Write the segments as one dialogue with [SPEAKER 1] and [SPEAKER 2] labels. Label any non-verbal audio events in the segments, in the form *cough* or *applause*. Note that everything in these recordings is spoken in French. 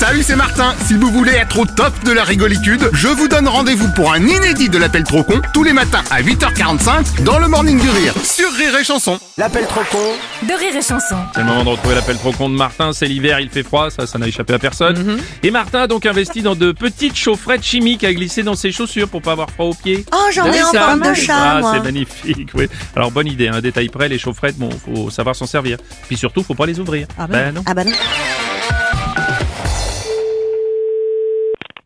[SPEAKER 1] Salut, c'est Martin. Si vous voulez être au top de la rigolitude, je vous donne rendez-vous pour un inédit de l'appel trop con tous les matins à 8h45 dans le Morning du Rire sur Rire et Chanson.
[SPEAKER 2] L'appel trop con
[SPEAKER 3] de rire et chanson.
[SPEAKER 4] C'est le moment de retrouver l'appel trop con de Martin. C'est l'hiver, il fait froid, ça, ça n'a échappé à personne. Et Martin a donc investi dans de petites chaufferettes chimiques à glisser dans ses chaussures pour pas avoir froid aux pieds.
[SPEAKER 5] Oh, j'en ai en forme de chat,
[SPEAKER 4] Ah,
[SPEAKER 5] moi.
[SPEAKER 4] c'est magnifique, oui. Alors, bonne idée, un détail près, les chaufferettes, bon, faut savoir s'en servir. Puis surtout, faut pas les ouvrir. Ah ben non.
[SPEAKER 5] Ah bah non.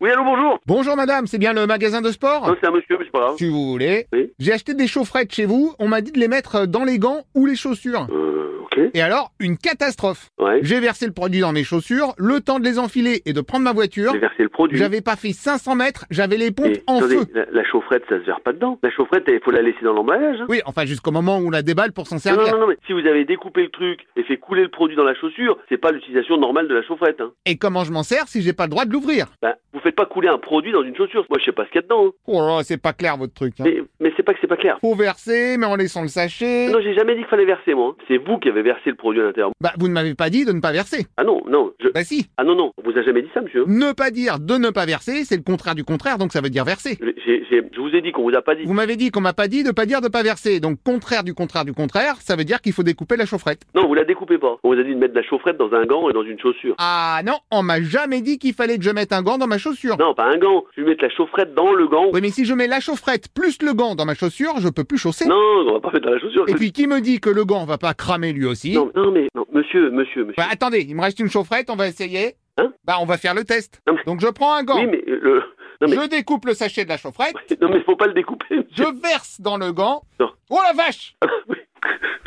[SPEAKER 6] Oui, allô, bonjour.
[SPEAKER 1] Bonjour madame, c'est bien le magasin de sport
[SPEAKER 6] Non, c'est un monsieur, mais c'est pas grave.
[SPEAKER 1] Si vous voulez.
[SPEAKER 6] Oui.
[SPEAKER 1] J'ai acheté des chaufferettes chez vous, on m'a dit de les mettre dans les gants ou les chaussures.
[SPEAKER 6] Euh, ok.
[SPEAKER 1] Et alors, une catastrophe.
[SPEAKER 6] Ouais.
[SPEAKER 1] J'ai versé le produit dans mes chaussures, le temps de les enfiler et de prendre ma voiture.
[SPEAKER 6] J'ai versé le produit.
[SPEAKER 1] J'avais pas fait 500 mètres, j'avais les pompes
[SPEAKER 6] Et,
[SPEAKER 1] en
[SPEAKER 6] attendez,
[SPEAKER 1] feu.
[SPEAKER 6] La, la chaufferette, ça se verre pas dedans. La chaufferette, il faut la laisser dans l'emballage. hein.
[SPEAKER 1] Oui, enfin jusqu'au moment où on la déballe pour s'en
[SPEAKER 6] Non,
[SPEAKER 1] servir.
[SPEAKER 6] non, non, non, mais si vous avez découpé le truc et fait couler le produit dans la chaussure, c'est pas l'utilisation normale de la chaufferette. Hein.
[SPEAKER 1] Et comment je m'en sers si j'ai pas le droit de l'ouvrir
[SPEAKER 6] Ben, vous faites pas couler un produit dans une chaussure. Moi, je sais pas ce qu'il y a dedans. hein.
[SPEAKER 1] Oh là, là, c'est pas clair votre truc. hein.
[SPEAKER 6] Mais, mais c'est pas que c'est pas clair.
[SPEAKER 1] Faut verser, mais en laissant le sachet.
[SPEAKER 6] Non, j'ai jamais dit qu'il fallait verser, moi. hein. C'est vous qui avez versé le produit à l'intérieur.
[SPEAKER 1] Bah, vous ne m'avez pas dit de ne pas verser.
[SPEAKER 6] Ah non, non, je...
[SPEAKER 1] Bah si.
[SPEAKER 6] Ah non, non, on vous a jamais dit ça, monsieur. hein.
[SPEAKER 1] Ne pas dire de ne pas verser, c'est le contraire du contraire, donc ça veut dire verser.
[SPEAKER 6] J'ai- j'ai- Je vous ai dit qu'on vous a pas dit.
[SPEAKER 1] Vous m'avez dit qu'on m'a pas dit de pas dire de pas verser, donc contraire du contraire du contraire, ça veut dire qu'il faut découper la chaufferette.
[SPEAKER 6] Non, vous la découpez pas. On vous a dit de mettre la chaufferette dans un gant et dans une chaussure.
[SPEAKER 1] Ah non, on m'a jamais dit qu'il fallait que je mette un gant dans ma chaussure.
[SPEAKER 6] Non, pas un gant. Je vais mettre la chaufferette dans le gant.
[SPEAKER 1] Oui, mais si je mets la chaufferette plus le gant dans ma chaussure, je peux plus chausser.
[SPEAKER 6] Non, on va pas mettre dans la chaussure.
[SPEAKER 1] Et puis qui me dit que le gant va pas cramer lui aussi
[SPEAKER 6] Non, non, mais non, monsieur, monsieur, monsieur.
[SPEAKER 1] Bah attendez, il me reste une chaufferette, on va essayer.
[SPEAKER 6] Hein
[SPEAKER 1] bah on va faire le test.
[SPEAKER 6] Non, mais-
[SPEAKER 1] Donc je prends un gant,
[SPEAKER 6] oui, mais euh, le. Non, mais.
[SPEAKER 1] je découpe le sachet de la chaufferette,
[SPEAKER 6] Non, mais faut pas le découper. *laughs*
[SPEAKER 1] je
[SPEAKER 6] monsieur.
[SPEAKER 1] verse dans le gant.
[SPEAKER 6] Non.
[SPEAKER 1] Oh la vache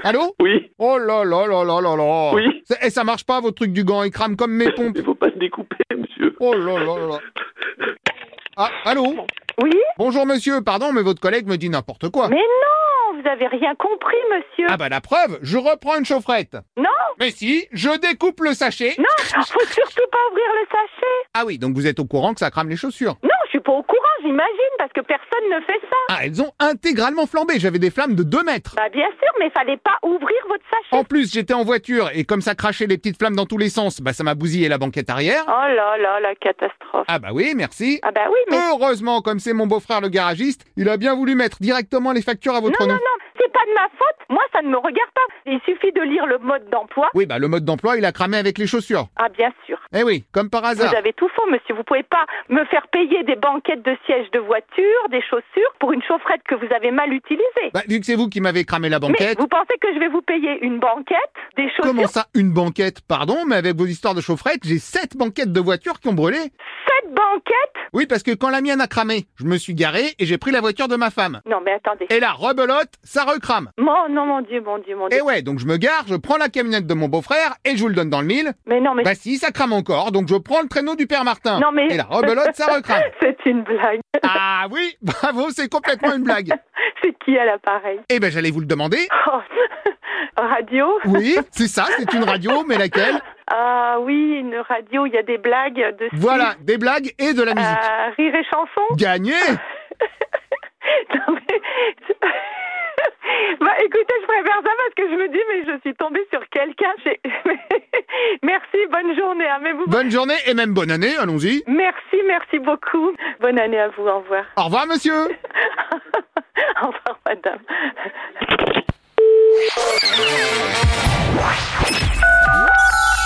[SPEAKER 1] Allô
[SPEAKER 6] oui,
[SPEAKER 1] Oh là là là là là là
[SPEAKER 6] Oui.
[SPEAKER 1] C'est- Et ça marche pas vos trucs du gant, ils crament comme mes pompes.
[SPEAKER 6] mais faut pas le découper, monsieur.
[SPEAKER 1] Oh là là là. Ah, allô
[SPEAKER 7] Oui
[SPEAKER 1] Bonjour monsieur, pardon, mais votre collègue me dit n'importe quoi.
[SPEAKER 7] Mais non, vous avez rien compris, monsieur.
[SPEAKER 1] Ah bah la preuve, je reprends une chaufferette.
[SPEAKER 7] Non.
[SPEAKER 1] Mais si, je découpe le sachet.
[SPEAKER 7] Non, faut surtout pas ouvrir le sachet.
[SPEAKER 1] Ah oui, donc vous êtes au courant que ça crame les chaussures.
[SPEAKER 7] Non, je suis pas au courant, j'imagine, parce que personne ne fait ça.
[SPEAKER 1] Ah, elles ont intégralement flambé, j'avais des flammes de 2 mètres.
[SPEAKER 7] Bah bien sûr, mais fallait pas ouvrir votre sachet.
[SPEAKER 1] En plus, j'étais en voiture et comme ça crachait des petites flammes dans tous les sens, bah ça m'a bousillé la banquette arrière.
[SPEAKER 7] Oh là là, la catastrophe.
[SPEAKER 1] Ah bah oui, merci.
[SPEAKER 7] Ah bah oui, mais
[SPEAKER 1] Heureusement, comme c'est mon beau-frère le garagiste, il a bien voulu mettre directement les factures à votre
[SPEAKER 7] non, non,
[SPEAKER 1] nom.
[SPEAKER 7] non, c'est pas de ma faute. Moi, ça ne me regarde pas. Il suffit de lire le mode d'emploi.
[SPEAKER 1] Oui, bah le mode d'emploi, il a cramé avec les chaussures.
[SPEAKER 7] Ah bien sûr.
[SPEAKER 1] Eh oui, comme par hasard.
[SPEAKER 7] Vous avez tout faux, monsieur. Vous pouvez pas me faire payer des banquettes de sièges de voiture, des chaussures, pour une chaufferette que vous avez mal utilisée.
[SPEAKER 1] Bah, vu que c'est vous qui m'avez cramé la
[SPEAKER 7] mais
[SPEAKER 1] banquette.
[SPEAKER 7] vous pensez que je vais vous payer une banquette, des chaussures
[SPEAKER 1] Comment ça, une banquette Pardon, mais avec vos histoires de chaufferette, j'ai sept banquettes de voitures qui ont brûlé.
[SPEAKER 7] Cette banquette
[SPEAKER 1] Oui, parce que quand la mienne a cramé, je me suis garé et j'ai pris la voiture de ma femme.
[SPEAKER 7] Non, mais attendez.
[SPEAKER 1] Et là, rebelote, ça recrame.
[SPEAKER 7] Mon, non, mon Dieu, mon Dieu, mon Dieu.
[SPEAKER 1] Et ouais, donc je me gare, je prends la camionnette de mon beau-frère et je vous le donne dans le mille.
[SPEAKER 7] Mais non, mais
[SPEAKER 1] Bah si, ça crame encore, donc je prends le traîneau du père Martin.
[SPEAKER 7] Non, mais-
[SPEAKER 1] Et la rebelote, ça
[SPEAKER 7] *laughs*
[SPEAKER 1] recrame.
[SPEAKER 7] c'est une blague.
[SPEAKER 1] Ah oui, bravo, c'est complètement une blague.
[SPEAKER 7] C'est qui à l'appareil
[SPEAKER 1] Eh ben j'allais vous le demander.
[SPEAKER 7] Oh. *laughs* Radio
[SPEAKER 1] Oui, c'est ça, c'est une radio, mais laquelle
[SPEAKER 7] Ah oui, une radio, il y a des blagues de style,
[SPEAKER 1] Voilà, des blagues et de la musique.
[SPEAKER 7] euh, rire et chanson.
[SPEAKER 1] Gagné
[SPEAKER 7] *laughs* Non, mais- *laughs* Bah écoutez, je préfère ça parce que je me dis, mais je suis tombée sur quelqu'un. J'ai- *laughs* merci, bonne journée. hein, mais vous...
[SPEAKER 1] Bonne journée et même bonne année, allons-y.
[SPEAKER 7] Merci, merci beaucoup. Bonne année à vous, au revoir.
[SPEAKER 1] Au revoir monsieur
[SPEAKER 7] *laughs* au revoir, madame.